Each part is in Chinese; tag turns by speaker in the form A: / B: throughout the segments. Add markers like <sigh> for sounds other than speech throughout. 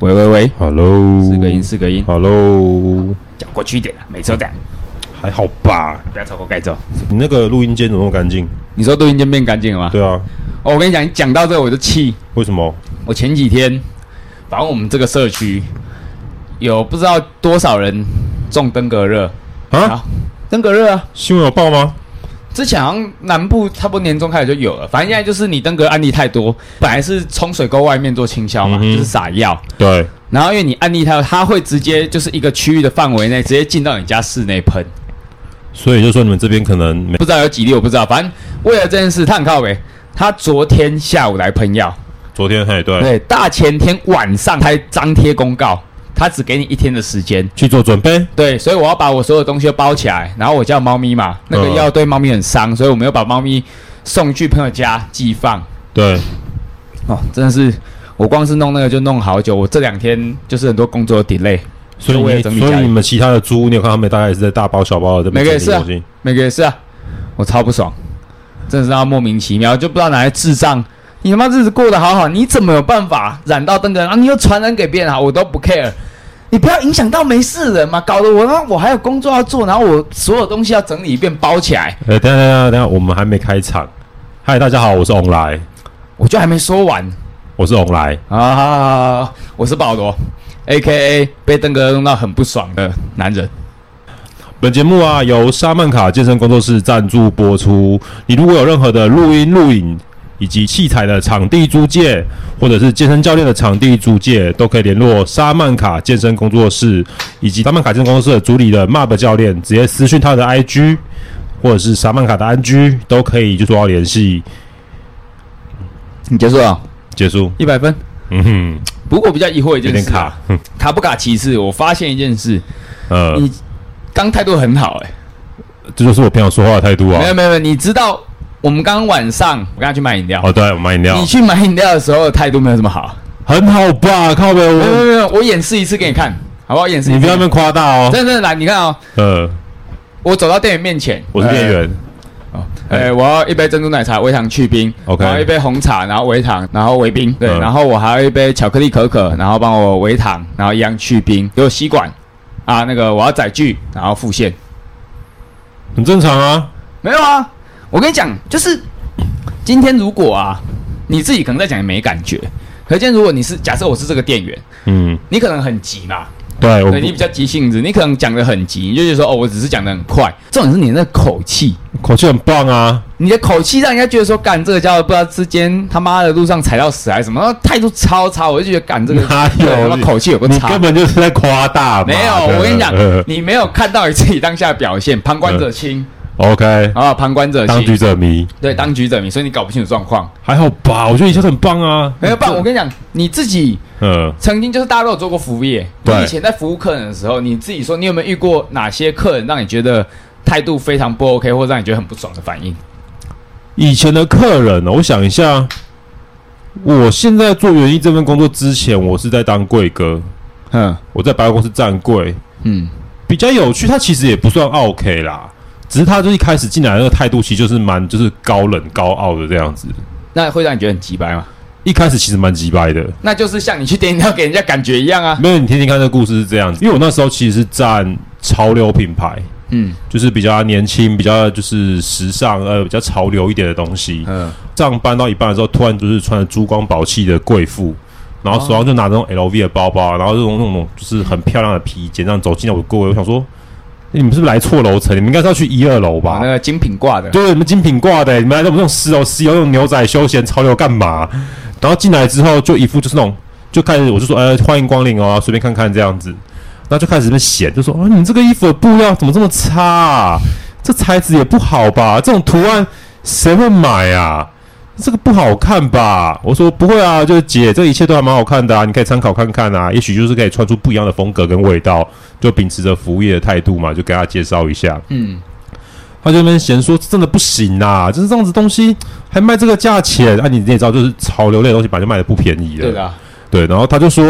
A: 喂喂喂，
B: Hello，
A: 四个音，四个音，
B: Hello，
A: 讲过去一点了，每次都这样，
B: 还好吧？
A: 不要超过盖走。
B: 你那个录音间怎么那么干净？
A: 你说录音间变干净了吗？
B: 对啊，
A: 哦，我跟你讲，你讲到这个我就气。
B: 为什么？
A: 我前几天，反正我们这个社区有不知道多少人中登革热
B: 啊？
A: 啊，登革热啊，
B: 新闻有报吗？
A: 之前好像南部差不多年中开始就有了，反正现在就是你登革案例太多，本来是冲水沟外面做清消嘛，
B: 嗯哼
A: 就是撒药，
B: 对，
A: 然后因为你案例太多，它会直接就是一个区域的范围内直接进到你家室内喷。
B: 所以就说你们这边可能没
A: 不知道有几例，我不知道。反正为了这件事，他很靠北。他昨天下午来喷药，
B: 昨天嘿对，
A: 对，大前天晚上才张贴公告，他只给你一天的时间。
B: 去做准备。
A: 对，所以我要把我所有东西都包起来，然后我叫猫咪嘛，那个
B: 嗯
A: 药对猫咪很伤，所以我们又把猫咪送去朋友家寄放。
B: 对，
A: 哦，真的是，我光是弄那个就弄好久，我这两天就是很多工作的 delay，
B: 所以
A: 就为
B: 你
A: 了整理
B: 所以
A: 家里
B: 你们其他的租屋，你有看他们大概也是在大包小包的这边
A: 每个也
B: 整
A: 是
B: 理
A: 啊
B: 东西。
A: 每个也是啊，我超不爽，真的是让他莫名其妙，就不知道哪来智障。你他妈日子过得好好，你怎么有办法染到登革热啊？你又传染给别人啊，我都不 care。你不要影响到没事人嘛，搞得我那我还有工作要做，然后我所有东西要整理一遍包起来，
B: 哎，等一下等一下等一下，我们还没开场。嗨，大家好，我是翁来，
A: 我就还没说完
B: 我是翁来。
A: 啊！我是保罗，A K A 被登革热弄到很不爽的男人。
B: 本节目啊由沙曼卡健身工作室赞助播出。你如果有任何的录音、录影以及器材的场地租借，或者是健身教练的场地租借，都可以联络沙曼卡健身工作室以及沙曼卡健身工作室的主理人 Mab 教练，直接私讯他的 IG 或者是沙曼卡的 IG 都可以，就做到联系。
A: 你结束了，
B: 结束。
A: 一百分。
B: 嗯哼，
A: 不过我比较疑惑一
B: 有
A: 件
B: 点
A: 事、
B: 卡
A: 啊，。卡不卡其次，我发现一件事，
B: 呃，
A: 你刚态度很好、欸，
B: 这就是我平常说话的态度啊
A: 没。有没有，没有，你知道我们刚刚晚上我刚才去买饮料，
B: 哦，对，我买饮料
A: 你，去买饮料的时候态度没有这么好。
B: 很好吧？靠北，
A: 没有没
B: 我
A: 有没有，我演示一次给你看，好不好？演示一次。
B: 你不要那么夸大哦。
A: 真的真的来，你看哦，
B: 呃，
A: 我走到店员面前，
B: 我是店员。
A: 呃。哦哎、我要一杯珍珠奶茶，微糖去冰。
B: OK
A: 我要一杯红茶，然后微糖，然后微冰。对，
B: 嗯
A: 然后我还要一杯巧克力可可，然后帮我微糖，然后一样去冰。给我吸管啊，那个我要载具，然后付现。
B: 很正常啊。
A: 没有啊，我跟你讲，就是今天如果啊，你自己可能在讲也没感觉，可是今天如果你是假设我是这个店员，
B: 嗯，
A: 你可能很急嘛，
B: 对，我
A: 对你比较急性子，你可能讲的很急，你就觉得说哦，我只是讲的很快。重点是你那口气，
B: 口气很棒啊。
A: 你的口气让人家觉得说，干这个家伙不知道之间他妈的路上踩到屎还是什么，然后态度超差，我就觉得干这个
B: 哪有
A: 对他妈口气有个
B: 你
A: 差
B: 根。本就是在夸大嘛。
A: 没有，
B: 对
A: 我跟你讲
B: 呃，
A: 你没有看到你自己当下的表现，旁观者清
B: ，OK，
A: 啊，旁观者
B: 呃当
A: 清
B: 局，者迷，
A: 对，当局者迷，所以你搞不清楚状况。
B: 还好吧？我觉得以前很棒啊。
A: 没有办法，我跟你讲，你自己
B: 嗯，
A: 曾经就是大家都有做过服务业，
B: 对
A: 你以前在服务客人的时候，你自己说你有没有遇过哪些客人让你觉得态度非常不 OK，或者让你觉得很不爽的反应？
B: 以前的客人哦呢，我想一下，我现在做园艺这份工作之前，我是在当柜哥，
A: 嗯
B: 我在百货公司站柜，
A: 嗯，
B: 比较有趣。他其实也不算 OK 啦，只是他就一开始进来的那个态度，其实就是蛮就是高冷高傲的这样子。
A: 那会让你觉得很鸡掰吗？
B: 一开始其实蛮急掰的，
A: 那就是像你去电影要给人家感觉一样啊。
B: <laughs> 没有，你听听看，这故事是这样子，因为我那时候其实是站潮流品牌，
A: 嗯
B: 就是比较年轻、比较就是时尚，呃，比较潮流一点的东西。
A: 嗯，
B: 上班到一半的时候，突然就是穿着珠光宝气的贵妇，然后手上就拿着
A: 哦
B: 那种 LV 的包啊包，然后这种那种就是很漂亮的披肩，这样走进来我的柜位，我想说，欸你们是不是来错楼层？你们应该是要去一二楼
A: 把
B: 吧？
A: 啊那个精品挂的，
B: 对，你们精品挂的、你们来这种石油石油哦那种牛仔休闲潮流干嘛？然后进来之后就一副就是那种，就开始我就说，呃，欢迎光临哦，随便看看这样子，然后就开始在那边显，就说，啊，你们这个衣服的布料怎么这么差、啊？这材质也不好吧？这种图案谁会买啊？这个不好看吧？我说不会啊，就是姐，这一切都还蛮好看的啊，你可以参考看看啊，也许就是可以穿出不一样的风格跟味道，就秉持着服务业的态度嘛，就给他介绍一下。
A: 嗯，
B: 他就在那边嫌说真的不行啊，就是这样子东西还卖这个价钱啊！你你也知道，就是潮流类的东西本来就卖的不便宜了，
A: 对的啊，
B: 对然后他就说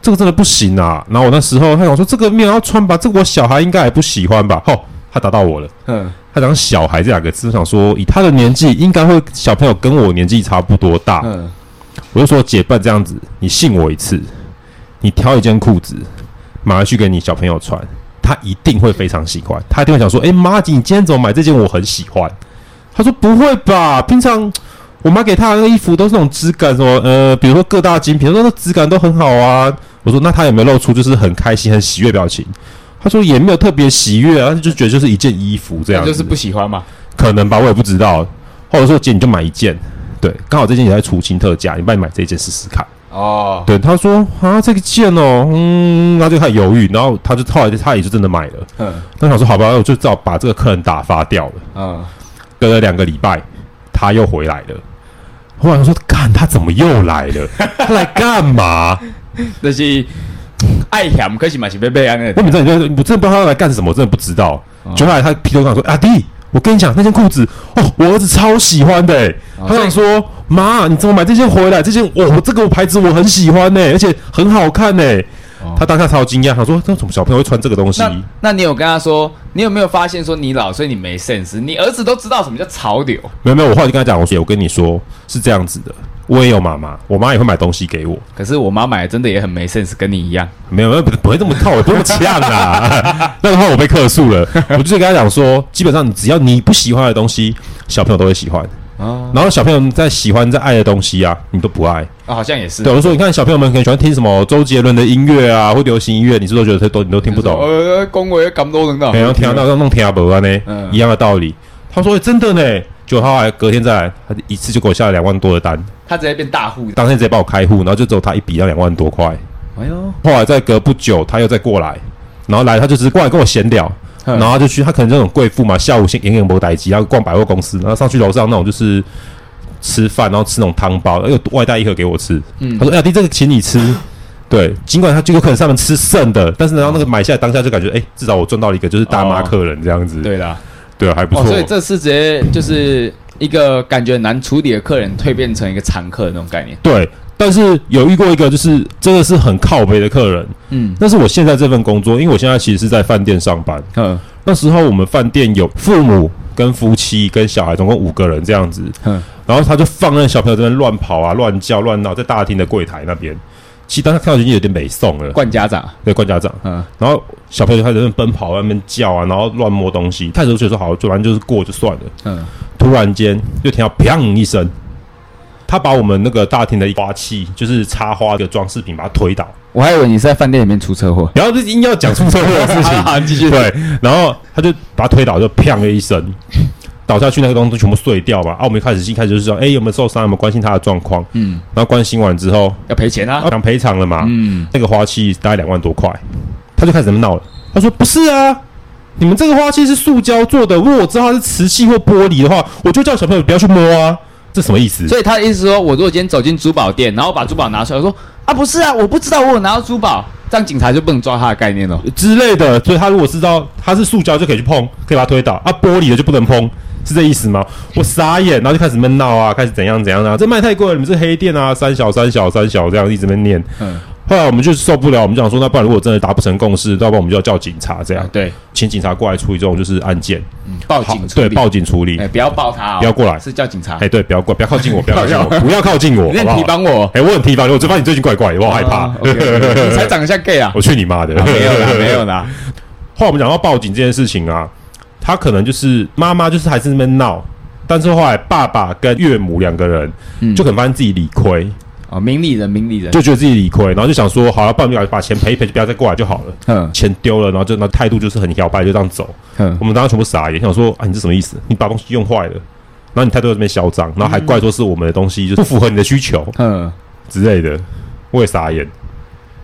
B: 这个真的不行啊。然后我那时候他想说这个面要穿吧，这个我小孩应该也不喜欢吧。吼，他打到我了。
A: 嗯
B: 他讲“小孩”这两个字，我想说以他的年纪，应该会小朋友跟我年纪差不多大。
A: 嗯，
B: 我就说姐，不然这样子，你信我一次，你挑一件裤子，买回去给你小朋友穿，他一定会非常喜欢，他一定会想说，哎、妈，你今天怎么买这件？我很喜欢。他说不会吧，平常我买给他的那个衣服都是那种质感，什么呃，比如说各大精品，他说那质感都很好啊。我说那他有没有露出就是很开心、很喜悦表情？他说也没有特别喜悦啊，他就觉得就是一件衣服这样
A: 那
B: 子，
A: 就是不喜欢嘛。
B: 可能吧，我也不知道。或者说姐你就买一件，对，刚好这件也在出清特价，你帮你买这件试试看。
A: 哦，
B: 对，他说啊，这个件哦，嗯，他就开始犹豫，然后他就后来他也就真的买了。
A: 嗯
B: 那想说好吧，我就只好把这个客人打发掉了。
A: 嗯， <laughs>
B: 隔了两个礼拜，他又回来了。我想说，看他怎么又来了？他来干嘛？
A: 那是爱嫌，可是嘛是被被安的
B: 我。本真的就我真的不知道他来干什么，我真的不知道。
A: 嗯
B: 就后来他劈头跟我说：“阿弟，我跟你讲，那件裤子哦，我儿子超喜欢的、欸。
A: 哦
B: 他想说：“妈，你怎么买这件回来？这件我我这个牌子我很喜欢呢、欸而且很好看呢、
A: 哦
B: 他当下超惊讶，他说：“这怎么小朋友会穿这个东西？”
A: 那那你有跟他说，你有没有发现说你老，所以你没 sense？你儿子都知道什么叫潮流，
B: 没有没有，我后来就跟他讲，我说：“我跟你说是这样子的，我也有妈妈，我妈也会买东西给我。”
A: 可是我妈买的真的也很没 sense，跟你一样。
B: 没有，没有，不不会这么套，也不会这么呛啦。 <laughs> 那的话我被客诉了，我就跟他讲说，基本上你只要你不喜欢的东西，小朋友都会喜欢。
A: 哦，
B: 然后小朋友在喜欢在爱的东西啊，你都不爱。
A: 啊好像也是。
B: 对，我就说你看小朋友们可能喜欢听什么周杰伦的音乐啊，或流行音乐，你是不是都觉得这都你都听不懂？
A: 呃，恭维感动人到
B: 没有听到那种弄听不啊呢，
A: 嗯
B: 一样的道理。他说、欸真的呢，就后来隔天再来，他一次就给我下了两万多的单，
A: 他直接变大户。
B: 当天直接帮我开户，然后就只有他一笔要两万多块。
A: 哎呦，
B: 后来再隔不久，他又再过来，然后来他就只是过来跟我闲聊，
A: 嗯
B: 然后他就去，他可能这种贵妇嘛，下午先演演博待机，然后逛百货公司，然后上去楼上那种就是吃饭，然后吃那种汤包，又外带一盒给我吃。
A: 嗯
B: 他说：“哎、呀弟，这个请
A: <laughs>
B: 你吃。”对，尽管他就有可能是他们吃剩的，但是然后那个买下来当下就感觉，哎、至少我赚到了一个就是大妈
A: 哦
B: 客人这样子，
A: 对啦，
B: 对啊，还不
A: 哦，
B: 错。
A: 所以这次直接就是一个感觉很难处理的客人蜕变成一个常客的那种概念。
B: 对，但是有遇过一个就是真的是很靠北的客人，
A: 嗯
B: 那是我现在这份工作，因为我现在其实是在饭店上班，
A: 嗯
B: 那时候我们饭店有父母跟夫妻跟小孩，总共五个人这样子。
A: 嗯，
B: 然后他就放任小朋友在那边乱跑啊、乱叫、乱闹，在大厅的柜台那边。其实当时看到已经有点美送了，
A: 冠家长，
B: 对，冠家长。
A: 嗯
B: 然后小朋友就开始在那边奔跑、在那边叫啊，然后乱摸东西。开始就觉得说好，就反正就是过就算了。
A: 嗯，
B: 突然间就听到砰一声，他把我们那个大厅的花器，就是插花的装饰品，把它推倒。
A: 我还以为你是在饭店里面出车祸。
B: 然后就硬要讲出车祸的事情，
A: <laughs> 好继续
B: 对，然后他就把他推倒，就砰了一声，倒下去那个东西全部碎掉嘛。啊，我们一开始一开始就是说，哎、有没有受伤，有没有关心他的状况，
A: 嗯，
B: 然后关心完之后，
A: 要赔钱啊
B: 啊。想赔偿了嘛，
A: 嗯，
B: 那个花器大概两万多块，他就开始在那边闹了，他说不是啊。你们这个花器是塑胶做的，如果我知道它是瓷器或玻璃的话，我就叫小朋友不要去摸啊，这什么意思？
A: 所以他的意思是说，我如果今天走进珠宝店，然后把珠宝拿出来，我说啊不是啊，我不知道我有拿到珠宝，这样警察就不能抓他的概念了。
B: 之类的，所以他如果知道它是塑胶就可以去碰，可以把它推倒啊，玻璃的就不能碰，是这意思吗？我傻眼，然后就开始闷闹啊，开始怎样怎样啊，这卖太贵了，你们是黑店啊，三小三小三小这样一直在那边念。
A: 嗯，
B: 后来我们就受不了，我们就想说，那不然如果真的达不成共识，要不然我们就要叫警察这样
A: 啊，对，
B: 请警察过来处理这种就是案件，
A: 报警处
B: 对，
A: 理
B: 报警处理。
A: 哎，不要抱他哦，
B: 不要过来
A: 是叫警察
B: 哎，。对，不要过，不要靠近我，不要靠近我，
A: 不要
B: 不要靠近我，
A: 你在
B: 好不好
A: 提防我，
B: 哎，我很提防你，我就发现你最近怪怪的，我好害怕
A: 啊。，OK，OK，你才长得像 gay 啊？
B: <laughs> 我去你妈的！
A: 没有啦，没有啦。
B: 后来我们讲到报警这件事情啊，他可能就是妈妈就是还是在那边闹，但是后来爸爸跟岳母两个人、
A: 嗯
B: 就可能发现自己理亏，
A: 哦，明理人，明理人。
B: 就觉得自己理亏，然后就想说，好了，不然就把钱赔一赔，就不要再过来就好了。
A: 嗯
B: 钱丢了，然后就那态度就是很摇摆，就这样走。
A: 嗯
B: 我，们当时全部傻眼，想说啊，你这什么意思？你把东西用坏了，然后你态度在这边嚣张，然后还怪说是我们的东西就是不符合你的需求
A: 嗯，
B: 之类的，我也傻眼，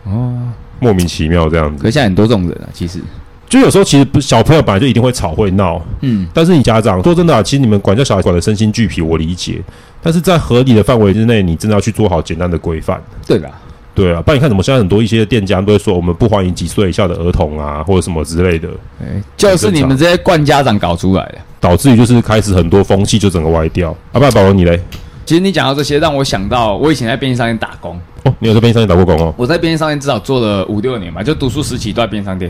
A: 哦，
B: 莫名其妙这样子。
A: 可是现在很多这种人啊，其实，
B: 就有时候其实不小朋友本来就一定会吵会闹，
A: 嗯，
B: 但是你家长说真的、啊，其实你们管教小孩管的身心俱疲，我理解。但是在合理的范围之内，你真的要去做好简单的规范。
A: 对啦，
B: 对啊，不然你看，怎么现在很多一些店家都会说我们不欢迎几岁以下的儿童啊，或者什么之类的，
A: 哎就是你们这些惯家长搞出来的。
B: 导致于就是开始很多风气就整个歪掉。啊，不然保罗你嘞？
A: 其实你讲到这些，让我想到我以前在便利商店打工，
B: 哦，你有在便利商店打过工哦，
A: 我在便利商店至少做了五六年吧，就读书时期都在便利商店，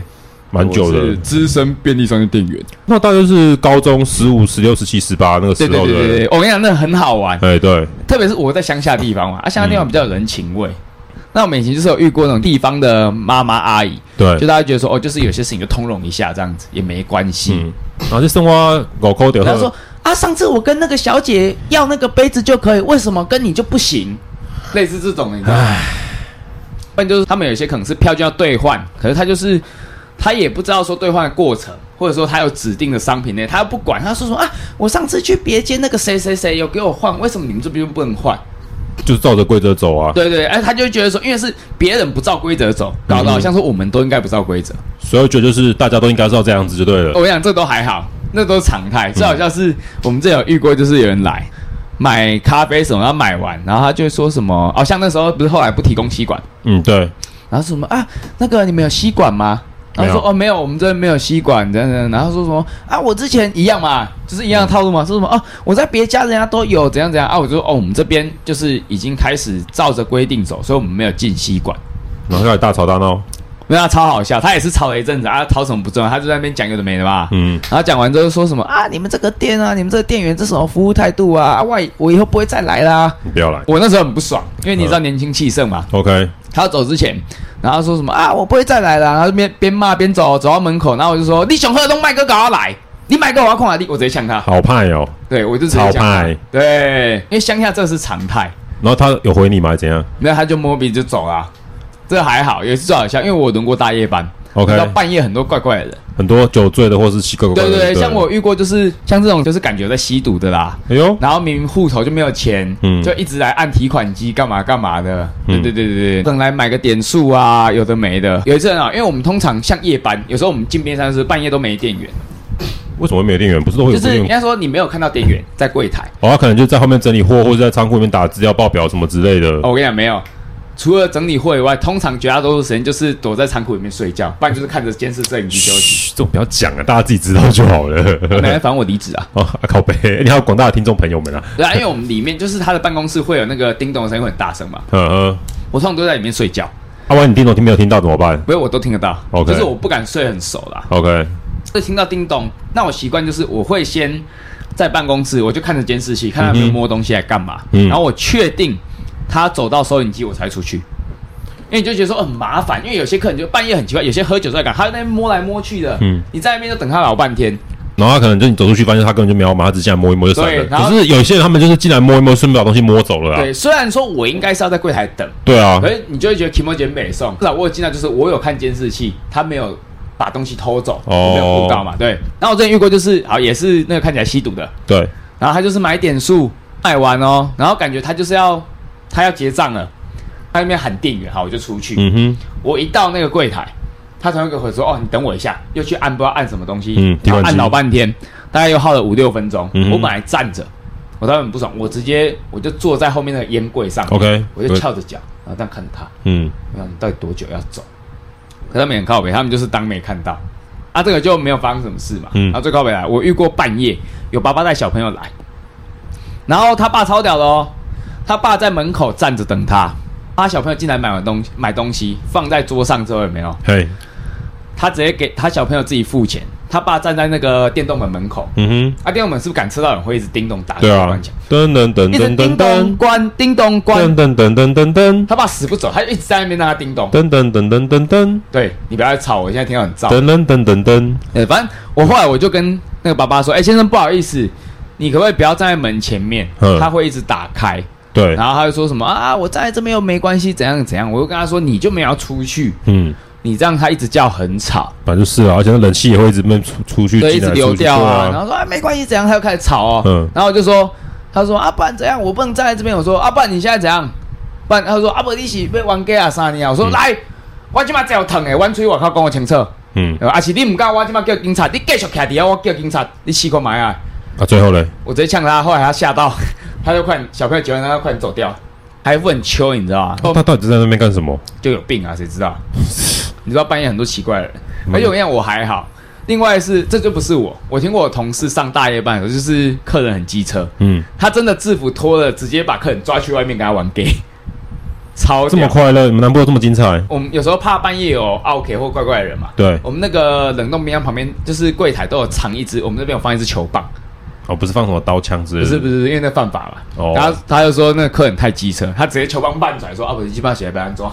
B: 蛮久
A: 我是
B: 的。
A: 资深便利商店店员。
B: 那大概就是高中十五、十六、十七、十八那个时
A: 对对
B: 候
A: 对对
B: 的。
A: 对，我跟你讲，那很好玩，
B: 哎，对，嗯
A: 特别是我在乡下地方嘛，啊，乡下地方比较有人情味。那那我们以前就是有遇过那种地方的妈妈阿姨，就大
B: 对，
A: 家觉得说哦，就是有些事情就通融一下这样子也没关系。
B: 嗯，然后就生活狗狗掉，
A: 然后说啊，上次我跟那个小姐要那个杯子就可以，为什么跟你就不行？类似这种，你知道吗？不然就是他们有些可能是票券要兑换，可是他就是他也不知道说兑换的过程，或者说他有指定的商品类，他又不管，他说什么啊，我上次去别间那个谁谁谁有给我换，为什么你们这边不能换？
B: 就照着规则走啊，
A: 对对，哎，他就觉得说，因为是别人不照规则走，搞得好像说我们都应该不照规则。
B: 所以我觉得就是大家都应该照这样子就对了。
A: 我想这都还好，那都是常
B: 嗯
A: 态。最好像是我们这有遇过，就是有人来买咖啡什么，然后买完，然后他就会说什么，哦，像那时候不是后来不提供吸管，
B: 嗯，对，
A: 然后说什么啊，那个你们有吸管吗？然后
B: 没
A: 说
B: 有
A: 哦没有，我们这边没有吸管，等等，然后说什么啊，我之前一样嘛，就是一样的套路嘛，说什么哦，我在别家人家都有怎样怎样啊，我就说哦，我们这边就是已经开始照着规定走，所以我们没有进吸管。
B: 然后开始大吵大闹，
A: 没有，他超好笑，他也是吵了一阵子啊，吵什么不重要，他就在那边讲有的没的吧。
B: 嗯，
A: 然后讲完之后说什么啊，你们这个店啊，你们这个店员这什么服务态度啊，啊我以我以后不会再来啦。
B: 你不要来
A: 我那时候很不爽，因为你知道年轻气盛嘛，
B: ，OK，
A: 他要走之前，然后说什么啊，我不会再来啦，然后边边骂边走，走到门口，然后我就说你想喝东麦哥搞要来，你买个我要空哪里，我直接呛他，
B: 好派哦。
A: 对我就直接呛他
B: 超派，
A: 对，因为乡下这是常态，然
B: 然后他有回你吗？怎样
A: 后他就摸鼻子就走啦，这还好，有一次最好笑，因为我轮过大夜班，
B: ？OK，
A: 你知道半夜很多怪怪的人。
B: 很多酒醉的或是吸狗狗的
A: 对
B: 人，
A: 对对，像我，遇过就是像这种就是感觉在吸毒的啦，
B: 哎呦，
A: 然后明明户头就没有钱，
B: 嗯
A: 就一直来按提款机干嘛干嘛的，对
B: 嗯
A: 对对对对，等来买个点数啊，有的没的。有一阵啊，因为我们通常像夜班，有时候我们进边山是半夜都没店员，
B: 为什么没有店员？不是都会
A: 就
B: 有
A: 是
B: 店
A: 应
B: 员？
A: 该说你没有看到店员在柜台。
B: 哦，他可能就在后面整理货，或者在仓库里面打资料报表什么之类的。
A: 哦，我跟你讲没有。除了整理货以外，通常绝大多数时间就是躲在仓库里面睡觉，不然就是看着监视摄影机休
B: <laughs>
A: 息。
B: 嘘，这种不要讲啊，大家自己知道就好了。
A: 本来反正我离职啊，
B: <laughs> 哦，啊靠背，你好，广大的听众朋友们啊，
A: 对啊，因为我们里面就是他的办公室会有那个叮咚的声音会很大声嘛，
B: 嗯嗯，
A: 我通常都在里面睡觉。
B: 阿万，你听懂听没有听到怎么办
A: 不是我都听得到
B: OK
A: 就是我不敢睡很熟啦，
B: ？OK，
A: 所以听到叮咚，那我习惯就是我会先在办公室，我就看着监视器，看他有没有摸东西来干嘛，
B: 嗯
A: 然后我确定他走到收银机，我才出去。因为你就觉得说哦很麻烦，因为有些客人就半夜很奇怪，有些喝酒在干，他在那边摸来摸去的，
B: 嗯
A: 你在那边就等他老半天，
B: 然后他可能就你走出去，发现他根本就没有买，他只进来摸一摸就散
A: 对
B: 了。
A: 然后
B: 可是有些人他们就是进来摸一摸，顺便把东西摸走了啊。
A: 对，哎虽然说我应该是要在柜台等，
B: 对啊
A: 可，是你就会觉得 Kimo 姐美送，至少我有尽到，就是我有看监视器，他没有把东西偷走，
B: 哦
A: 我没有误到嘛，对。然后我之前遇过就是，好也是那个看起来吸毒的，
B: 对，
A: 然后他就是买点数卖完哦，然后感觉他就是要他要结账了，他在那边喊店员，好我就出去，
B: 嗯哼，
A: 我一到那个柜台，他才会给我回说，哦你等我一下，又去按不知道按什么东西，
B: 嗯提
A: 然后
B: 款机
A: 按老半天，大概又耗了五六分钟，
B: 嗯哼
A: 我本来站着。我当时很不爽，我直接我就坐在后面那个烟柜上
B: OK，
A: 我就翘着脚，然后这样看着他，
B: 嗯，
A: 我想你到底多久要走？可他们也很靠北，他们就是当没看到啊，这个就没有发生什么事嘛。
B: 嗯
A: 然后最靠北来，我遇过半夜有爸爸带小朋友来，然后他爸超屌的哦，他爸在门口站着等他，他小朋友进来买完东西买东西放在桌上之后有没有？
B: 嘿，
A: 他直接给他小朋友自己付钱，他爸站在那个电动门门口，
B: 嗯
A: 啊，电动门是不是感测到有人会一直叮咚打
B: 哼，
A: 开
B: 对啊
A: 关起来，
B: 噔噔噔
A: 一直
B: 噔
A: 叮咚
B: 噔噔
A: 关，叮咚关
B: 噔，噔噔噔噔噔。
A: 他爸死不走，他就一直在那边让他叮咚。
B: 噔噔噔噔噔噔
A: 对你不要再吵，我现在听到很燥。
B: 噔噔噔噔噔，
A: 对，呃反正我后来我就跟那个爸爸说：“哎、先生，不好意思，你可不可以不要站在门前面？
B: 嗯
A: 他会一直打开。”
B: 对，
A: 然后他就说什么啊，我站在这边又没关系，怎样怎样。我就跟他说：“你就没有要出去，
B: 嗯，
A: 你这样他一直叫很吵，
B: 反正就是啊，而且那冷气也会一直闷出出去，
A: 对，一
B: 进
A: 直
B: 来
A: 流
B: 出去
A: 掉啊。
B: 对
A: 然后说啊，没关系，怎样，他又开始吵哦。
B: 嗯
A: 然后我就说，他说啊，不然怎样，我不能站在这边。我说啊，不然你现在怎样？不然他说啊，不然你是被玩 gay 啊啥你啊？我说、来，我今嘛只有疼诶，弯出去外口跟我清楚。
B: 嗯，
A: 呃啊是你唔敢，我今嘛叫警察，你继续徛伫遐，我叫警察，你试看买啊。
B: 啊，最后嘞，
A: 我直接呛他，后来他吓到， <laughs> 他就快点小朋友结完，他就快点走掉，还问秋，你知道吗？
B: 他到底在那边干什么？
A: 就有病啊，谁知道？你知道半夜很多奇怪的人，
B: 嗯
A: 而且我跟你讲，我还好。另外是，这就不是我，我听过我同事上大夜班的时候，就是客人很机车，
B: 嗯，
A: 他真的制服脱了，直接把客人抓去外面跟他玩 gay，超
B: 这么
A: 屌。
B: 快乐，你们南部有这么精彩？
A: 我们有时候怕半夜有 OK 或怪怪的人嘛，
B: 对，
A: 我们那个冷冻冰箱旁边就是柜台都有藏一支，我们那边有放一支球棒，
B: 哦，不是放什么刀枪之类
A: 不
B: 的，
A: 是不是，因为那犯法嘛。
B: 哦
A: 然后他就说那个客人太机车，他直接球棒绊出来说：“啊，不是鸡巴血被安装。”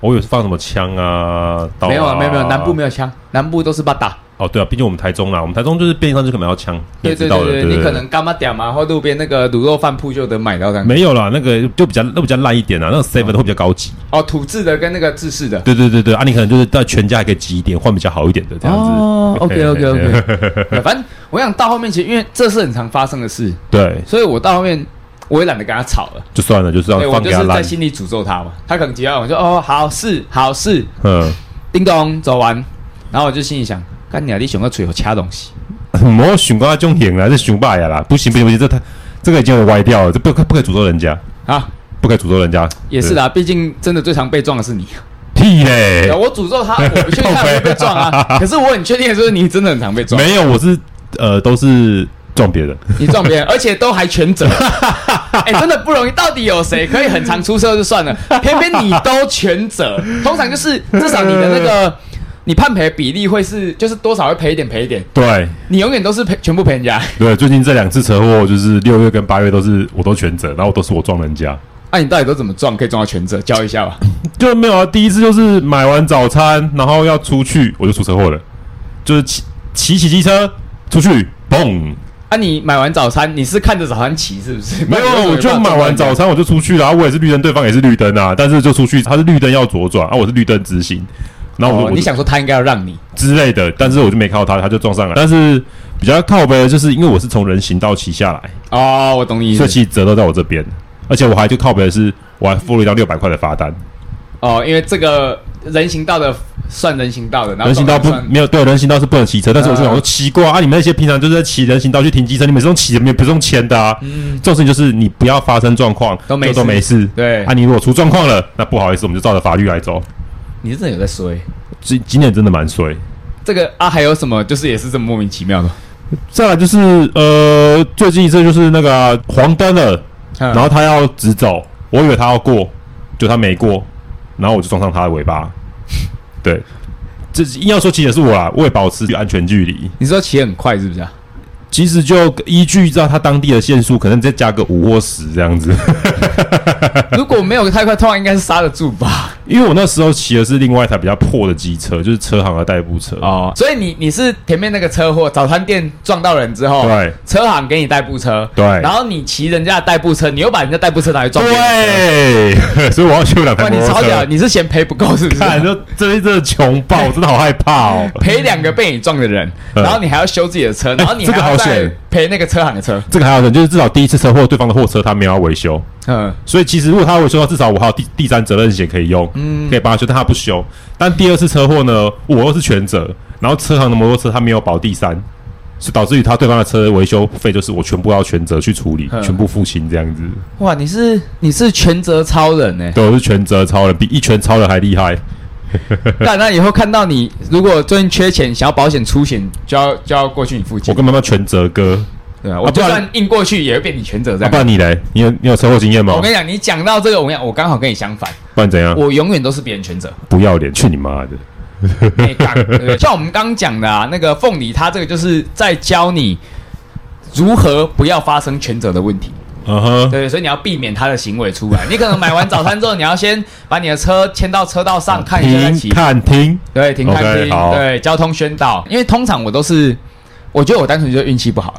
B: 我以为是哦放什么枪啊，刀啊
A: 没有啊，没有没有，南部没有枪，南部都是八打。
B: 哦，对啊，毕竟我们台中啦，我们台中就是便利商店可能要枪，你
A: 对
B: 也
A: 对
B: 知道
A: 对
B: 的，
A: 对，
B: 对
A: 你可能干嘛点嘛，或路边那个卤肉饭铺就能买到这样。
B: 没有啦，那个就比较那比较烂一点啦，那个 seven 会比较高级。
A: 哦，土制的跟那个制式的。
B: 对对对对啊，你可能就是在全家还可以挤一点，换比较好一点的这样子。
A: 哦，OK OK
B: 嘿嘿 <laughs>
A: OK，反正我想到后面其实因为这是很常发生的事，
B: 对，
A: 所以我到后面我也懒得跟他吵了，
B: 就算了，就是要
A: 对我
B: 哦放
A: 就
B: 给他
A: 是在
B: 烂。
A: 心里诅咒他嘛。他可能接到我就哦好是好是，
B: <laughs> 嗯，
A: 叮咚走完，然后我就心里想，干你啊，你想要吹我掐东西，
B: 我熊瓜就赢了，这熊霸呀啦，不行不行不行，这太这个已经有点歪掉了，这不可不可以诅咒人家，
A: 啊，
B: 不可以诅咒人家。
A: 也是啦，毕竟真的最常被撞的是你。
B: 哎屁嘞
A: 对，我诅咒
B: <laughs>
A: 他，我不确定他有没有被撞啊，可是我很确定的是你真的很常被撞，
B: 没有，我是呃都是
A: <laughs>
B: 撞别人。
A: 你撞
B: <laughs>
A: 别人，而且都还全责。哎、真的不容易。到底有谁可以很常出车就算了，偏偏你都全责，通常就是至少你的那
B: <laughs>
A: 个你判赔比例会是，就是多少会赔一点赔一点，
B: 对
A: 你永远都是赔全部赔人家。
B: 对，最近这两次车祸就是六月跟八月都是我都全责，然后都是我撞人家。
A: 那、啊你到底都怎么撞可以撞到全责？教一下吧。
B: 就没有啊。第一次就是买完早餐，然后要出去，我就出车祸了，就是骑骑骑机车出去，嘣！
A: 啊，你买完早餐，你是看着早餐骑是不是？
B: 没有啊，我就买完早
A: 餐。
B: 餐我就出去了，啊我也是绿灯，对方也是绿灯啊，但是就出去，他是绿灯要左转，啊，我是绿灯直行，然后我
A: 哦
B: 就、我，就
A: 你想说他应该要让你，
B: 之类的，但是我就没看到他，他就撞上来。但是比较靠背的就是因为我是从人行道骑下来，
A: 哦，我懂你意
B: 所以
A: 思。
B: 其实责都在我这边，而且我还就靠背的是我还付了一张六百块的罚单。
A: 哦，因为这个人行道的算人行道的，然后
B: 人行道不
A: 算
B: 没有对，人行道是不能骑车，但是我就想说
A: 嗯
B: 奇怪啊，你们那些平常就是在骑人行道去停机车，你们是用骑的，没有不是用签的啊。这种事情就是你不要发生状况，
A: 嗯都没
B: 就都
A: 事
B: 没事。
A: 对
B: 啊，你如果出状况了，那不好意思，我们就照着法律来走。
A: 你是真的有在欸衰。
B: 今今年真的蛮衰。
A: 这个啊，还有什么就是也是这么莫名其妙的？
B: 再来就是呃，最近一次就是那个啊、黄灯了，
A: 然
B: 然后他要直走，我以为他要过，就他没过，然后我就撞上他的尾巴。 <laughs> 对，这硬要说其实也是我啦，我也保持安全距离。
A: 你说骑很快是不是啊？ <laughs>
B: 其实就依据到他当地的限速，可能再加个五或十这样
A: <laughs>
B: 子。
A: 如果没有太快，通常应该是刹得住吧？
B: 因为我那时候骑的是另外一台比较破的机车，就是车行的代步车。
A: 哦，所以你你是前面那个车祸，早餐店撞到人之后，
B: 对，
A: 车行给你代步车，
B: 对
A: 然后你骑人家的代步车，你又把人家代步车拿去撞别人的
B: 对，所以我要修两
A: 车，哇，
B: 台摩
A: 你超
B: 托
A: 屌，
B: 车。
A: 你是嫌赔不够是不是？
B: <laughs> 看，就这边真的穷爆，我真的好害
A: <laughs>
B: 怕哦。
A: 赔两个被你撞的人，
B: 嗯
A: 然后你还要修自己的车，然后你
B: 这个
A: 还要
B: 好险
A: 再赔那个车行的车，
B: 这个还好点，就是至少第一次车祸，对方的货车他没有要维修，
A: 嗯，
B: 所以其实如果他维修的话，至少我还有第第三责任险可以用，
A: 嗯
B: 可以帮他修，但他不修。但第二次车祸呢，我又是全责，然后车行的摩托车他没有保第三，是导致于他对方的车维修费就是我全部要全责去处理，
A: 嗯
B: 全部付清这样子。
A: 哇，你是你是全责超人欸
B: <laughs>
A: 呢、
B: 对，我是全责超人，比一拳超人还厉害。
A: 那那以后看到你，如果最近缺钱，想要保险出险，就要就要过去你附
B: 我
A: 近。
B: 跟妈妈全责哥，
A: 对啊，
B: 啊
A: 我
B: 不
A: 就
B: 然
A: 算硬过去，也会变你全责这
B: 啊、不
A: 样。
B: 然你嘞？你有你有车祸经验吗
A: 我？跟你讲，你讲到这个，我跟你讲，我刚好跟你相反，
B: 不然怎样？
A: 我永远都是别人全责。
B: 不要脸，去你妈的！
A: 哎干对
B: <laughs>
A: 不对像我们刚讲的啊，那个凤梨，它这个就是在教你如何不要发生全责的问题。
B: 嗯哼，
A: 对，所以你要避免他的行为出来。你可能买完早餐之后，你要先把你的车牵到车道上看一下再骑
B: 嗯停。看停，
A: 对，停看
B: OK，
A: 停
B: 好
A: 对，交通宣导。因为通常我都是，我觉得我单纯就是运气不好了，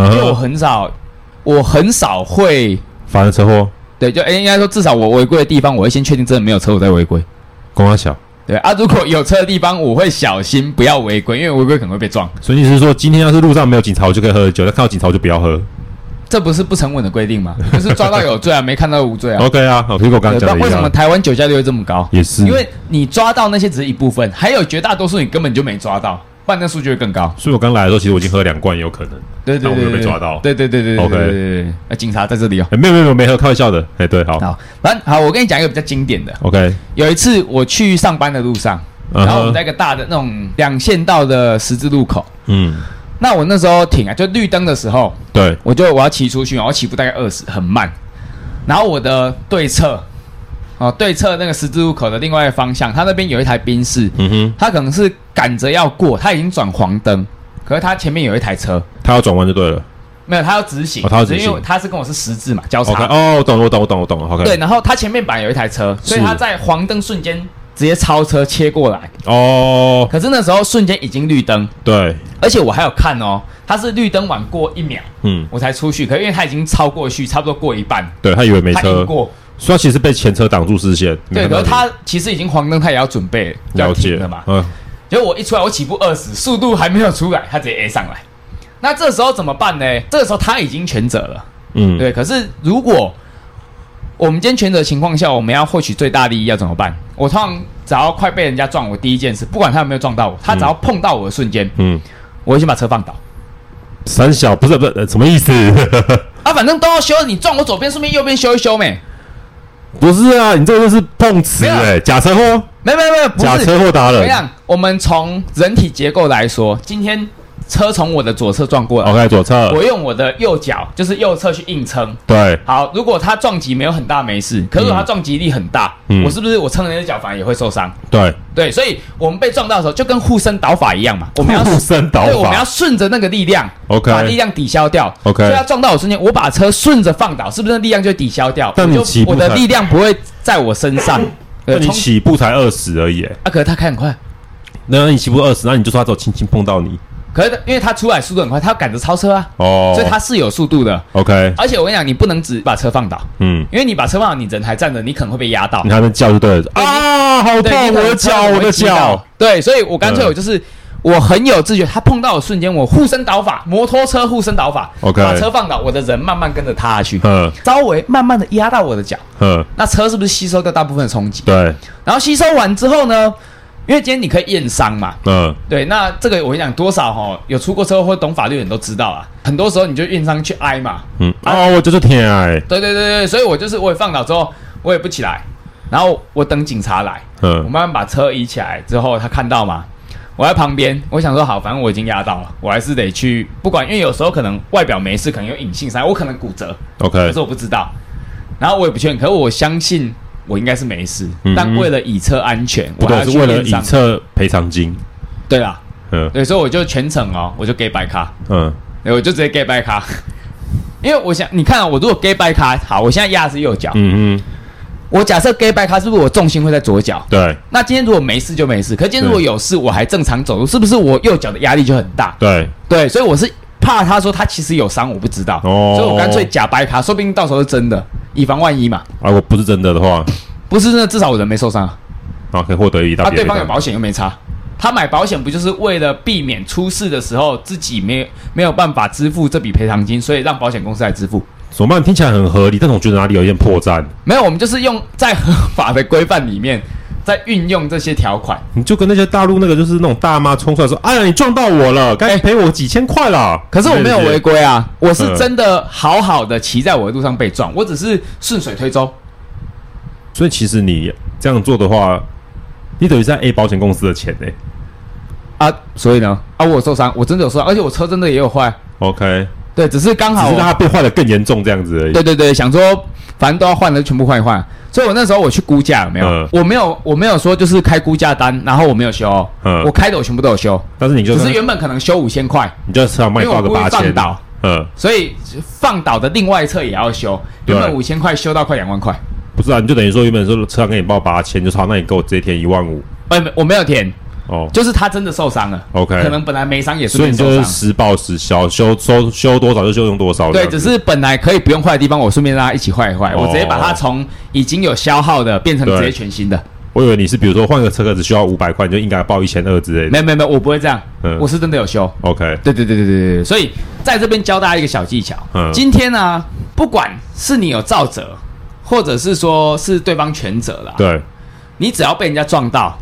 A: 啊
B: 嗯
A: 因为我
B: 哼，
A: 很少，我很少会，
B: 发生车祸，
A: 对，就哎应该说至少我违规的地方，我会先确定真的没有车，我再违规。
B: 公安小。
A: 对啊，如果有车的地方，我会小心不要违规，因为违规可能会被撞，
B: 所以你是说，今天要是路上没有警察，我就可以喝酒；但看到警察我就不要喝。
A: 这不是不成文的规定
B: <laughs>
A: 吗？就是抓到有罪啊，没看到无罪啊。
B: OK 啊，好，就跟我刚刚
A: 对，不
B: 讲
A: 然
B: 的
A: 为
B: 一
A: 什么
B: 样，
A: 台湾酒驾率会这么高？
B: 也是
A: 因为你抓到那些只是一部分，还有绝大多数你根本就没抓到，不然那数据会更高。
B: 所以我刚来的时候，其实我已经喝两罐，也有可能。
A: 对对
B: 那我
A: 对，
B: 没有
A: 对
B: 被抓到
A: 对对对对对
B: OK
A: 对对对对。那警察在这里哦。
B: 哎，没有没有没有，没喝，开玩笑的。哎，对，好
A: 好，反正好，我跟你讲一个比较经典的。
B: ，OK，
A: 有一次我去上班的路上，
B: 嗯哼
A: 然后我们在一个大的那种两线道的十字路口，
B: 嗯，
A: 那我那时候停啊，就绿灯的时候，
B: 对，
A: 我就我要骑出去嘛，我起步大概二十，很慢。然后我的对侧，哦，对侧那个十字路口的另外一个方向，它那边有一台宾士，
B: 嗯哼，
A: 他可能是赶着要过，他已经转黄灯，可是他前面有一台车，
B: 他要转弯就对了。
A: 没有，他要直行，
B: 哦他要直行
A: 只是因为他是跟我是十字嘛，交
B: OK，
A: 叉。
B: 哦，我懂了，我懂了，我懂了。OK，
A: 对，然后他前面本来有一台车，所以
B: 是
A: 他在黄灯瞬间直接超车切过来。
B: 哦，
A: 可是那时候瞬间已经绿灯，
B: 对，
A: 而且我还有看哦，他是绿灯晚过一秒
B: 嗯，
A: 我才出去，可因为他已经超过去，差不多过一半，
B: 对他以为没
A: 他
B: 车
A: 赢，过。
B: 所以他其实被前车挡住视线。
A: 对，可
B: 没看到
A: 是
B: 你
A: 他其实已经黄灯，他也要准备就要
B: 了解
A: 停了嘛。
B: 嗯，
A: 结果我一出来，我起步二十，速度还没有出来，他直接 A 上来。那这时候怎么办呢？这时候他已经全责了。
B: 嗯，
A: 对，可是如果我们今天全责情况下，我们要获取最大利益要怎么办？我通常只要快被人家撞，我第一件事，不管他有没有撞到我，他只要碰到我的瞬间，
B: 嗯，
A: 我会先把车放倒。
B: 三小不是不是呃什
A: <laughs>
B: 么意思？
A: 啊，反正都要修，你撞我左边，顺便右边修一修没？
B: 不是啊，你这个就是碰瓷
A: 没有
B: 哎，假车祸，
A: 没有没有没有，不
B: 假
A: 是。
B: 车祸达
A: 怎么
B: 人。
A: 样？我们从人体结构来说，今天车从我的左侧撞过来，
B: OK，左侧
A: 我用我的右脚，就是右侧去硬撑。
B: 对，
A: 好，如果它撞击没有很大没事，可是如果它撞击力很大，
B: 嗯
A: 我是不是我撑的那只脚反而也会受伤？
B: 对，
A: 对，所以我们被撞到的时候，就跟护身倒法一
B: <laughs>
A: 样嘛，我们要
B: 护身倒
A: 对，我们要
B: 法
A: 顺着那个力量
B: OK
A: 把力量抵消掉。
B: OK
A: 所以它撞到我瞬间，我把车顺着放倒，是不是那力量就抵消掉？
B: 但
A: 我
B: 你
A: 就
B: 起步
A: 我的
B: 才
A: 力量不会在我身上。
B: <laughs> 那
A: 对，
B: 你
A: 冲
B: 起步才二十而已，哎
A: 啊，可是他开很快，
B: 那你起步二十，那你就说他只有轻轻碰到你
A: 可是因为他出来速度很快，他要赶着超车啊，
B: 哦，
A: 所以他是有速度的。
B: OK，
A: 而且我跟你讲，你不能只把车放倒，
B: 嗯，
A: 因为你把车放倒，你人还站着，你可能会被压到
B: 你。还能叫就对了
A: 对
B: 啊，好
A: 对，
B: 痛，
A: 你
B: 我
A: 可能
B: 的
A: 车
B: 脚，
A: 子
B: 我
A: 会
B: 的
A: 踢到
B: 脚，。
A: 对，所以我干脆
B: 嗯
A: 我就是。我很有自觉，他碰到我瞬间，我护身倒法，摩托车护身倒法
B: OK
A: 把车放倒，我的人慢慢跟着他下去，
B: 嗯
A: 稍微慢慢的压到我的脚，
B: 嗯，
A: 那车是不是吸收掉大部分的冲击？
B: 对，
A: 然后吸收完之后呢，因为今天你可以验伤嘛，
B: 嗯，
A: 对，那这个我跟你讲，多少哈有出过车祸或懂法律的人都知道啊，很多时候你就验伤去挨嘛，
B: 嗯，哦，我就是天哎，
A: 对对对对，所以我就是我也放倒之后，我也不起来，然后我等警察来，我
B: 嗯，
A: 慢慢把车移起来之后，他看到嘛，我在旁边，我想说好，反正我已经压到了，我还是得去，不管，因为有时候可能外表没事，可能有隐性伤害，我可能骨折，可
B: OK，
A: 是我不知道，然后我也不确定，可是我相信我应该是没事，
B: 嗯
A: 但为了以车安全，
B: 不
A: 我还
B: 对，
A: 要
B: 是
A: 去
B: 为了
A: 验
B: 以
A: 伤，
B: 测赔偿金，
A: 对啦，
B: 嗯
A: 对，所以我就全程哦，我就给白卡。
B: 嗯，
A: 对，我就直接 gay by 卡， <laughs> 因为我想，你看、啊、我如果 gay by 卡，好，我现在压的是右脚，
B: 嗯嗯，
A: 我假设 gay by 卡是不是我重心会在左脚？
B: 对
A: 那今天如果没事就没事，可今天如果有事，我还正常走路，是不是我右脚的压力就很大？
B: 对，
A: 对，所以我是怕他说他其实有伤，我不知道，
B: 哦
A: 所以我干脆假掰卡，说不定到时候是真的，以防万一嘛。
B: 啊，我不是真的的话，
A: 不是真的，至少我人没受伤啊，
B: 啊，可以获得一大
A: 啊，
B: 笔的
A: 对
B: 赔偿，
A: 方有保险又没差。他买保险不就是为了避免出事的时候自己没有没有办法支付这笔赔偿金，所以让保险公司来支付？
B: 怎么办？听起来很合理，但总觉得哪里有一点破绽。
A: 没有，我们就是用在合法的规范里面，在运用这些条款。
B: 你就跟那些大陆那个就是那种大妈冲出来说：“哎呀，你撞到我了，该
A: 哎
B: 赔我几千块了。”
A: 可是我没有违
B: 违，
A: 规啊，我是
B: 嗯
A: 真的好好的骑在我的路上被撞，我只是顺水推舟。
B: 所以其实你这样做的话，你等于是在 A 保险公司的钱呢、
A: 啊，所以呢，啊，我有受伤，我真的有受伤，而且我车真的也有坏，
B: OK，
A: 对，只是刚
B: 只
A: 好
B: 是，他被坏的更严重这样子而已。
A: 啊对对对，想说反正都要换的，全部换一换，所以我那时候我去估价有没有？
B: 嗯
A: 我没有，我没有说就是开估价单，然后我没有修哦，
B: 嗯
A: 我开的我全部都有修，
B: 但是你就
A: 只是原本可能修五千块，
B: 你就市场卖挂个
A: 因为我
B: 八
A: 故意放
B: 千
A: 倒，
B: 嗯，
A: 所以放倒的另外一侧也要修，
B: 对
A: 原本五千块修到快两万块，
B: 不是啊，你就等于说原本说车上给你报八千，就好，那你给我直接填一万五
A: 哎，没我没有填，
B: 哦。
A: 就是他真的受伤了
B: OK
A: 可能本来没伤也是
B: 所以
A: 没
B: 你
A: 受
B: 就是
A: 伤，
B: 实报实销，修收修多少就修用多少这
A: 对，
B: 样子。
A: 只是本来可以不用坏的地方，我顺便让他一起坏一坏，
B: 哦
A: 我直接把它从已经有消耗的变成
B: 对
A: 直接全新的，
B: 我以为你是比如说换个车壳只需要五百块，你就应该报一千二之类的。
A: 没有没有没有，我不会这样，
B: 嗯
A: 我是真的有修，
B: OK，
A: 对对对对对对对，所以在这边教大家一个小技巧，
B: 嗯
A: 今天呢、不管是你有造责，或者是说是对方全责啦，
B: 对，
A: 你只要被人家撞到，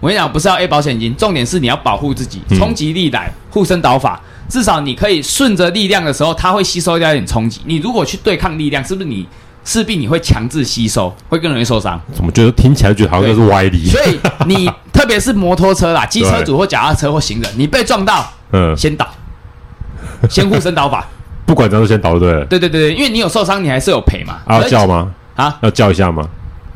A: 我跟你讲，不是要 A 保险金，重点是你要保护自己，
B: 嗯
A: 冲击力来，护身倒法，至少你可以顺着力量的时候，它会吸收掉一点冲击。你如果去对抗力量，是不是你势必你会强制吸收，会更容易受伤？
B: <laughs> 怎么觉得听起来觉得好像就是歪理？
A: 所以你特别是摩托
B: <laughs>
A: 车啦、机车主或脚踏车或行人，你被撞到
B: 嗯，
A: 先
B: <laughs>
A: 倒，先护身倒法。
B: 不管怎样都先倒对了。
A: 对对对对，因为你有受伤，你还是有赔嘛。
B: 啊，要
A: 所以
B: 叫吗？
A: 啊，
B: 要叫一下吗？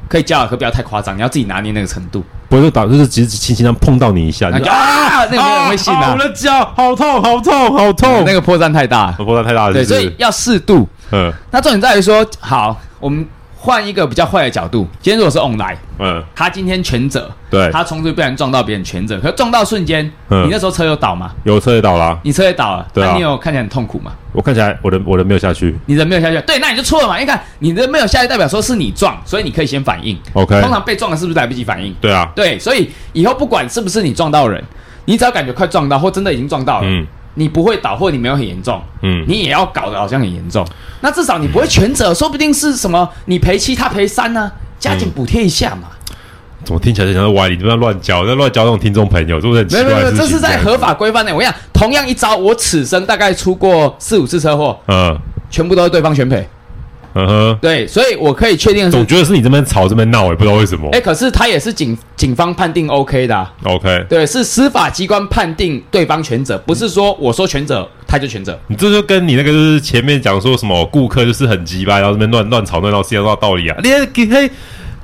A: 可以叫，可不要太夸张，你要自己拿捏那个程
B: <laughs>
A: 度。
B: 不是倒，就是只是轻轻这样碰到你一下，
A: 那
B: 你
A: 就
B: 就
A: 啊，那个没有人会信
B: 啊
A: 啊
B: 我，的脚好痛，好痛，好痛！
A: 那
B: 个
A: 个破绽太大了。
B: 我波浪太大了，
A: 对，
B: 是不
A: 所
B: 是
A: 以要适度。
B: 嗯
A: 那重点在于说，好，我们换一个比较坏的角度，今天如果是 on 来，
B: 嗯，
A: 他今天全责，
B: 对，
A: 他冲出去不然撞到别人全责，可是撞到瞬间，
B: 嗯
A: 你那时候车有倒吗？
B: 有车也倒啦，
A: 你车也倒了，
B: 对啊
A: 那你有看起来很痛苦吗？
B: 我看起来我的我的没有下去
A: 你人没有下去，对，那你就错了嘛。你看你人没有下去，代表说是你撞，所以你可以先反应。
B: ，OK，
A: 通常被撞的是不是来不及反应？
B: 对啊，
A: 对，所以以后不管是不是你撞到人，你只要感觉快撞到或真的已经撞到了，
B: 嗯
A: 你不会倒或你没有很严重，
B: 嗯，
A: 你也要搞得好像很严重。那至少你不会全责，说不定是什么你赔七他赔三呢、啊加紧补贴一下嘛。
B: 嗯怎么听起来就像在歪理？你不要乱教，在乱教那种听众朋友，是不是很奇
A: 没有
B: 怪
A: 没有，没有
B: 的事情？
A: 这是在合法规范内。我跟你讲，同样一招，我此生大概出过四五次车祸，
B: 嗯
A: 全部都是对方全赔。
B: 嗯哼，
A: 对，所以我可以确定的是
B: 总，觉得是你这边吵这边闹，也不知道为什么
A: 哎、。可是他也是警警方判定 OK 的啊、
B: OK，
A: 对，是司法机关判定对方全责，不是说我说全责他就全责。
B: 你这就跟你那个就是前面讲说什么顾客就是很鸡巴，然后这边乱乱吵乱闹是一样的道理啊。你给嘿，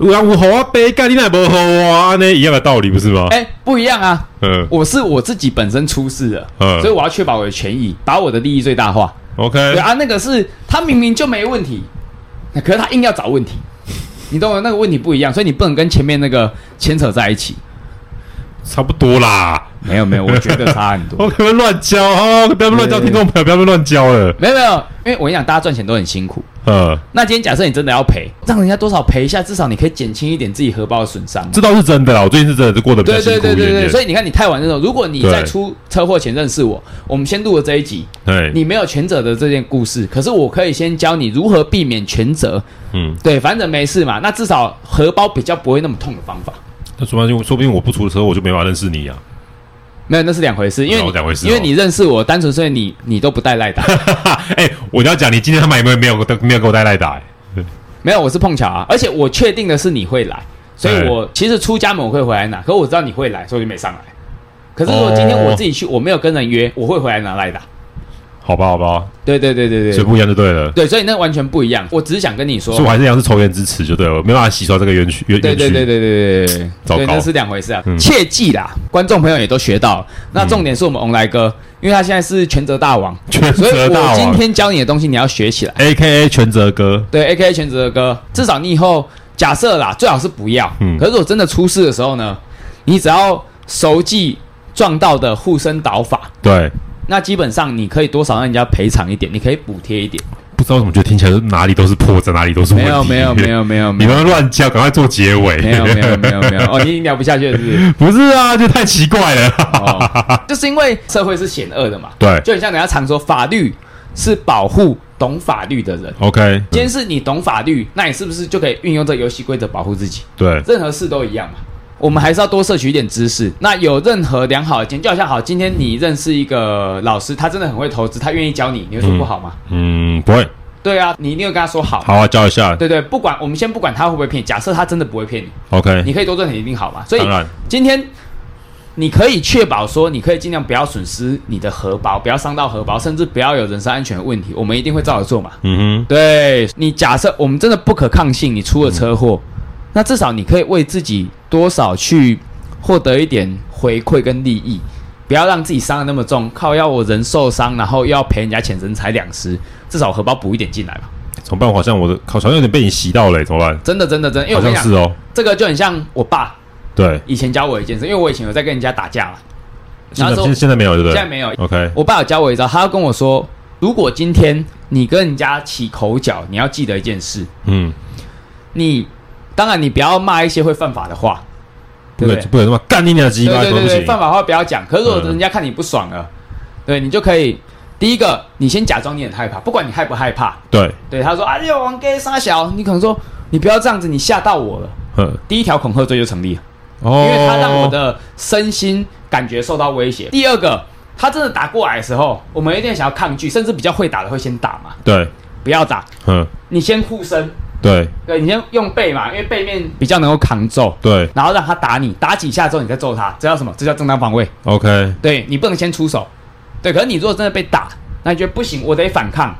B: 有人有好啊杯，干你哪不好啊？那一样的道理不是吗？
A: 哎、不一样啊，
B: 嗯
A: 我是我自己本身出事了，
B: 嗯哎
A: 所以我要确保我的权益，把我的利益最大化。对
B: ，OK，
A: 啊，那个是他明明就没问题，那可是他硬要找问题，你懂我那个问题不一样，所以你不能跟前面那个牵扯在一起。
B: 差不多啦。
A: 没有没有，我觉得差很
B: <laughs>
A: 多。
B: 我可不可以乱教哦？不要乱教听众朋友，不要乱教了。
A: 没有没有，因为我跟你讲，大家赚钱都很辛苦。
B: 嗯，
A: 那今天假设你真的要赔，让人家多少赔一下，至少你可以减轻一点自己荷包的损伤嘛。
B: 这倒是真的啦。我最近是真的是过得比较
A: 对
B: 辛
A: 对
B: 苦一
A: 对对
B: 点
A: 对，
B: 点。
A: 所以你看，你太晚认识我。如果你在
B: 对
A: 出车祸前认识我，我们先录了这一集，
B: 对，
A: 你没有全责的这件故事，可是我可以先教你如何避免全责。
B: 嗯，
A: 对，反正没事嘛，那至少荷包比较不会那么痛的方法。
B: 那说不定说不定我不出车，我就没法认识你啊。 <laughs>
A: 没有，那是两回事，因为
B: 哦
A: 你
B: 两回事哦
A: 因为你认识我，单纯是因为你你都不带赖
B: <laughs>
A: 打，
B: 哎、我要讲，你今天他妈有没有没有没有给我带赖打、欸？
A: 没有，我是碰巧啊，而且我确定的是你会来，所以
B: 对
A: 我其实出家门我会回来拿，可我知道你会来，所以我就没上来。可是如果
B: 哦
A: 今天我自己去，我没有跟人约，我会回来拿赖打。
B: 好吧，好吧，
A: 对对对对对，
B: 所以不一样就对了。
A: 对，所以那完全不一样。我只是想跟你说
B: 所以，我还是一样是抽烟支持就对了，我没办法洗刷这个园区园
A: 对
B: 园
A: 对对对
B: 区。
A: 对对对对，
B: 糟糕
A: 对那是两回事啊。
B: 嗯
A: 切记啦，观众朋友也都学到了。那重点是我们翁来哥，因为他现在是全责大王，
B: 全
A: 所以
B: 责大
A: 我今
B: 王
A: 天教你的东西你要学起来。
B: ，A K A 全责哥，
A: 对，A K A 全责的歌，至少你以后假设啦，最好是不要。
B: 嗯
A: 可是我真的出事的时候呢，你只要熟记撞到的护身导法，
B: 对，
A: 那基本上你可以多少让人家赔偿一点，你可以补贴一点。
B: 不知道为什么觉得听起来哪里都是破绽，哪里都是问
A: 没
B: 题。
A: 有没有没，有没有没
B: <laughs> 你
A: 有
B: 们乱叫，赶快做结尾。
A: 没有没有没有没
B: <laughs>
A: 有，哦，你已经聊不下去了是不是？
B: 不是啊，就太奇怪了。 <laughs>
A: 哦，就是因为社会是险恶的嘛，
B: 对
A: 就很像人家常说，法律是保护懂法律的人。
B: ，OK，
A: 今天是你懂法律，那你是不是就可以运用这游戏规则保护自己？
B: 对，
A: 任何事都一样嘛。我们还是要多摄取一点知识。那有任何良好的建议，就好像好，今天你认识一个老师，他真的很会投资，他愿意教你，你会说不好吗？
B: 嗯，不会，
A: 对啊，你一定会跟他说好。
B: 好啊，教一下
A: 对对，不管我们先不管他会不会骗你，假设他真的不会骗你，
B: ，OK，
A: 你可以多赚点一定好嘛。所以
B: 当然，
A: 今天你可以确保说，你可以尽量不要损失你的荷包，不要伤到荷包，甚至不要有人身安全的问题，我们一定会照着做嘛。
B: 嗯
A: 对你假设我们真的不可抗性，你出了车祸，
B: 嗯
A: 那至少你可以为自己多少去获得一点回馈跟利益，不要让自己伤的那么重，靠要我人受伤，然后又要赔人家钱，人财两失，至少荷包补一点进来吧。
B: 哼，怎么办？我好像我的好像有点被你洗到了、欸怎么办？
A: 真的真的真的，因为
B: 好
A: 我跟
B: 像
A: 你
B: 是
A: 讲，
B: 哦，
A: 这个就很像我爸
B: 对，
A: 以前教我一件事，因为我以前有在跟人家打架嘛，
B: 现
A: 然
B: 在
A: 后说
B: 现现在没有，对不对？
A: 现在没有
B: ，OK，
A: 我爸有教我一招，他要跟我说，如果今天你跟人家起口角，你要记得一件事，
B: 嗯，
A: 你当然你不要骂一些会犯法的话，
B: 不
A: 对不
B: 可以
A: 对？
B: 不可以他妈干你娘的鸡
A: 对
B: 巴，
A: 对
B: 怎么
A: 对
B: 不
A: 对，
B: 行？
A: 犯法的话不要讲。可是如果
B: 嗯
A: 人家看你不爽了，对你就可以第一个，你先假装你很害怕，不管你害不害怕。
B: 对，
A: 对，他说啊，你有王给杀小，你可能说你不要这样子，你吓到我了。
B: 嗯，
A: 第一条恐吓罪就成立了，
B: 哦，
A: 因为他让我的身心感觉受到威胁。第二个，他真的打过来的时候，我们一定想要抗拒，甚至比较会打的会先打嘛，
B: 对，
A: 不要打，
B: 嗯，
A: 你先护身，
B: 对
A: 对你先用背嘛，因为背面比较能够扛揍。
B: 对
A: 然后让他打你，打几下之后你再揍他，这叫什么？这叫正当防卫。
B: ，OK，
A: 对你不能先出手，对。可是你如果真的被打，那你觉得不行，我得反抗，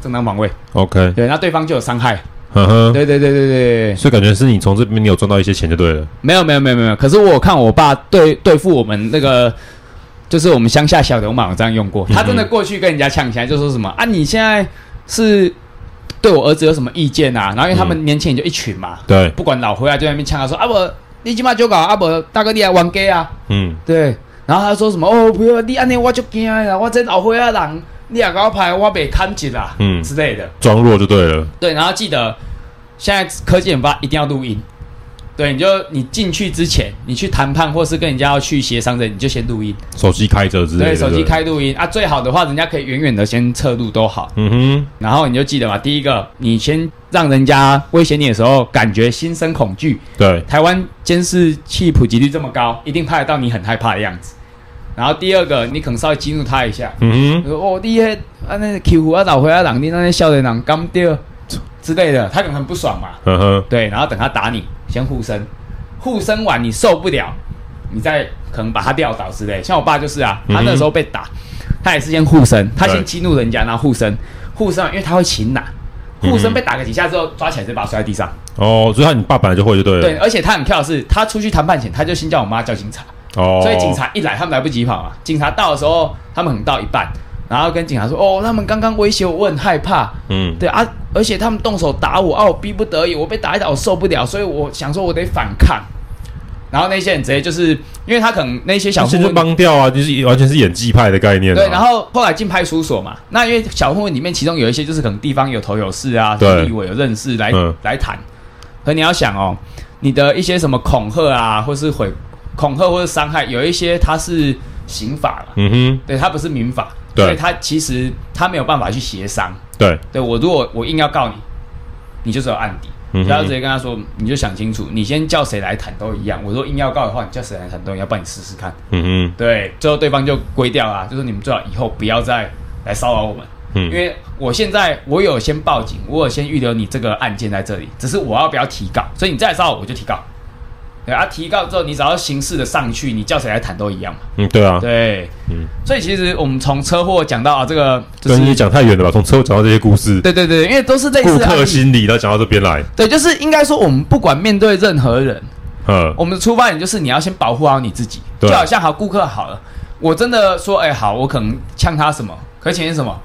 A: 正当防卫。
B: OK，
A: 对，那对方就有伤害。
B: 呵呵，
A: 对对对对对，对
B: 所以感觉是你从这边你有赚到一些钱就对了。
A: 没有没有没有没有。可是我有看我爸对对付我们那个，就是我们乡下小流氓这样用过，他真的过去跟人家呛起来，就说什么啊，你现在是对我儿子有什么意见啊？然后因为他们年轻人就一群嘛，
B: 对，
A: 不管老回来就在那边呛他说啊伯，你今嘛就搞啊伯，大哥你来玩 gay 啊？
B: 嗯，
A: 对，然后他说什么哦，不要你安尼我就惊啦，我这老伙仔人，你也搞拍，我被砍一啦，
B: 嗯
A: 之类的。
B: 装弱就对了，
A: 对，然后记得现在科技研发一定要录音。对，你就你进去之前，你去谈判或是跟人家要去协商的，你就先录音。
B: 手机开着之类
A: 对，
B: 的，
A: 手机
B: 对，
A: 开录音啊，最好的话，人家可以远远的先侧录都好。
B: 嗯
A: 然后你就记得嘛，第一个，你先让人家威胁你的时候，感觉心生恐惧，
B: 哼，对，
A: 台湾监视器普及率这么高，一定拍得到你很害怕的样子。然后第二个，你可能稍微激怒他一下，
B: 嗯哼，
A: 说哦，你迄啊那欺负啊老回啊人，你那些笑脸人干掉之类的，他可能很不爽嘛。
B: 呵呵，
A: 对，然后等他打你，先护身，护身完你受不了，你再可能把他吊倒之类。像我爸就是啊，他那时候被打，他也是先护身，他先
B: 对
A: 激怒人家，然后护身，护身完，因为他会擒拿，护身被打个几下之后，抓起来直接把他摔在地上。
B: 哦，所以他你爸本来就会就对了，
A: 对，而且他很跳的是，他出去谈判前他就先叫我妈叫警察，
B: 哦，
A: 所以警察一来他们来不及跑嘛。警察到的时候，他们可能到一半，然后跟警察说：“哦，他们刚刚威胁我，我很害怕。
B: 嗯，
A: 对啊，而且他们动手打我啊，我逼不得已，我被打一打我受不了，所以我想说我得反抗。”然后那些人直接就是因为他可能那些小
B: 这
A: 混
B: 就
A: 混
B: 帮掉啊，就是完全是演技派的概念啊，
A: 对，然后后来进派出所嘛，那因为小混混里面，其中有一些就是可能地方有头有势啊，
B: 对
A: 立委有认识来、
B: 嗯
A: 来谈。可你要想哦，你的一些什么恐吓啊，或是毁恐吓或者伤害，有一些它是刑法嘛，
B: 嗯哼，
A: 对，它不是民法，
B: 对
A: 所以它其实它没有办法去协商。
B: 对，
A: 对我如果我硬要告你，你就只有案底。
B: 嗯哼
A: 然后直接跟他说，你就想清楚，你先叫谁来谈都一样。我说硬要告的话，你叫谁来谈都一样，不然你试试看。
B: 嗯
A: 对，最后对方就归掉啦，就说你们最好以后不要再来骚扰我们，
B: 哼，嗯
A: 因，为我现在我有先报警，我有先预留你这个案件在这里，只是我要不要提告，所以你再来骚扰我就提告。对啊，提告之后你只要刑事的上去，你叫谁来谈都一样嘛。
B: 嗯，对啊，
A: 对，
B: 嗯
A: 所以其实我们从车祸讲到、啊、这个，就
B: 跟你
A: 是
B: 讲太远了吧？从车讲到这些故事，
A: 对对对，因为都是类
B: 顾
A: 似的案
B: 客
A: 例
B: 心理，然后讲到这边来，
A: 对，就是应该说我们不管面对任何人，
B: 嗯，
A: 我们的出发点就是你要先保护好你自己，
B: 对啊
A: 就好像好顾客好了，我真的说，哎、好，我可能呛他什么，可是前提是什么？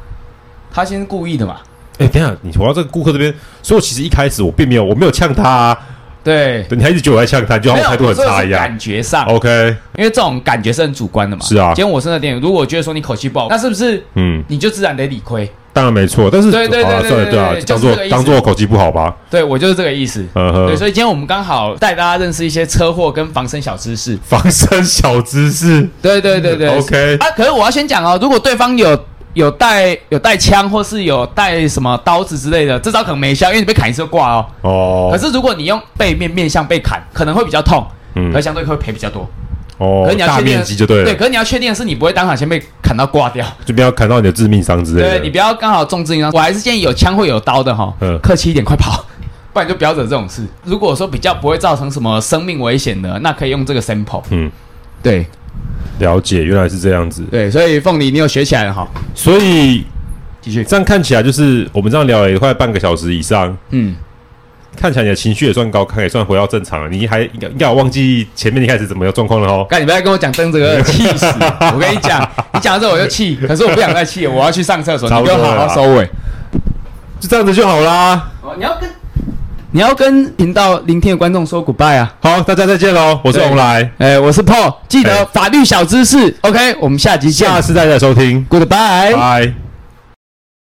A: 他先故意的嘛，
B: 哎，等一下，你回到这个顾客这边，所以我其实一开始我并没有，我没有呛他啊，
A: 对，
B: 对你还一直觉得我在呛他，就好
A: 没
B: 像
A: 有，
B: 我态度很
A: 所以
B: 差
A: 是
B: 一样
A: 感。觉上，
B: OK，
A: 因为这种感觉是很主观的嘛。
B: 是啊
A: 今天我生的电影，如果我觉得说你口气不好，那是不是
B: 嗯，
A: 你就自然得理亏？
B: 当然没错，但是
A: 对对对
B: 好啦
A: 对
B: 算了，
A: 对
B: 对啊，
A: 对
B: 就当
A: 就是
B: 做
A: 这个意思
B: 当做我口气不好吧，
A: 对我就是这个意思。
B: 嗯
A: 对，
B: 哼，
A: 所以今天我们刚好带大家认识一些车祸跟防身小知识。
B: 防身小知识
A: 对对对对
B: 嗯，OK，
A: 啊，可是我要先讲哦，如果对方有有带有带枪或是有带什么刀子之类的，这招可能没效，因为你被砍一次就挂哦。
B: 哦，
A: 可是如果你用背面面向被砍，可能会比较痛，
B: 嗯
A: 可，相对会赔比较多。可
B: 哦
A: 是你，要
B: 大
A: 确定
B: 面积就对
A: 对，
B: 了，
A: 可是你要确定的是，你不会当场先被砍到挂掉。
B: 就不要砍到你的致命伤之类
A: 对你
B: 的。
A: 不要刚好中自一我还是建议有枪或有刀的哈
B: 嗯，
A: 客气一点，快跑， <laughs> 不然就不要惹这种事。如果说比较不会造成什么生命危险的，那可以用这个 sample。
B: 嗯，
A: 对
B: 了解，原来是这样子。
A: 对，所以凤梨你有学起来了哈，
B: 所以
A: 继续。
B: 这样看起来，就是我们这样聊了也快半个小时以上，
A: 嗯，
B: 看起来你的情绪也算高，看也算回到正常了。你还应该应该有忘记前面一开始怎么样状况了哦。
A: 干，你不要跟我讲争这
B: <laughs>
A: 个，气死！我跟你讲，你讲到这我就气，可是我不想再气了，我要去上厕所，
B: 差
A: 你
B: 不
A: 给
B: 多啊
A: 我好好收尾。
B: 就这样子就好啦。
A: 哦你要跟你要跟频道聆听的观众说 goodbye 啊！
B: 好，大家再见喽，我是
A: 对
B: 红来，
A: 哎，我是 Paul，记得
B: 哎
A: 法律小知识。OK，我们下集见
B: 下次再来收听，哎
A: ，goodbye。
B: 拜。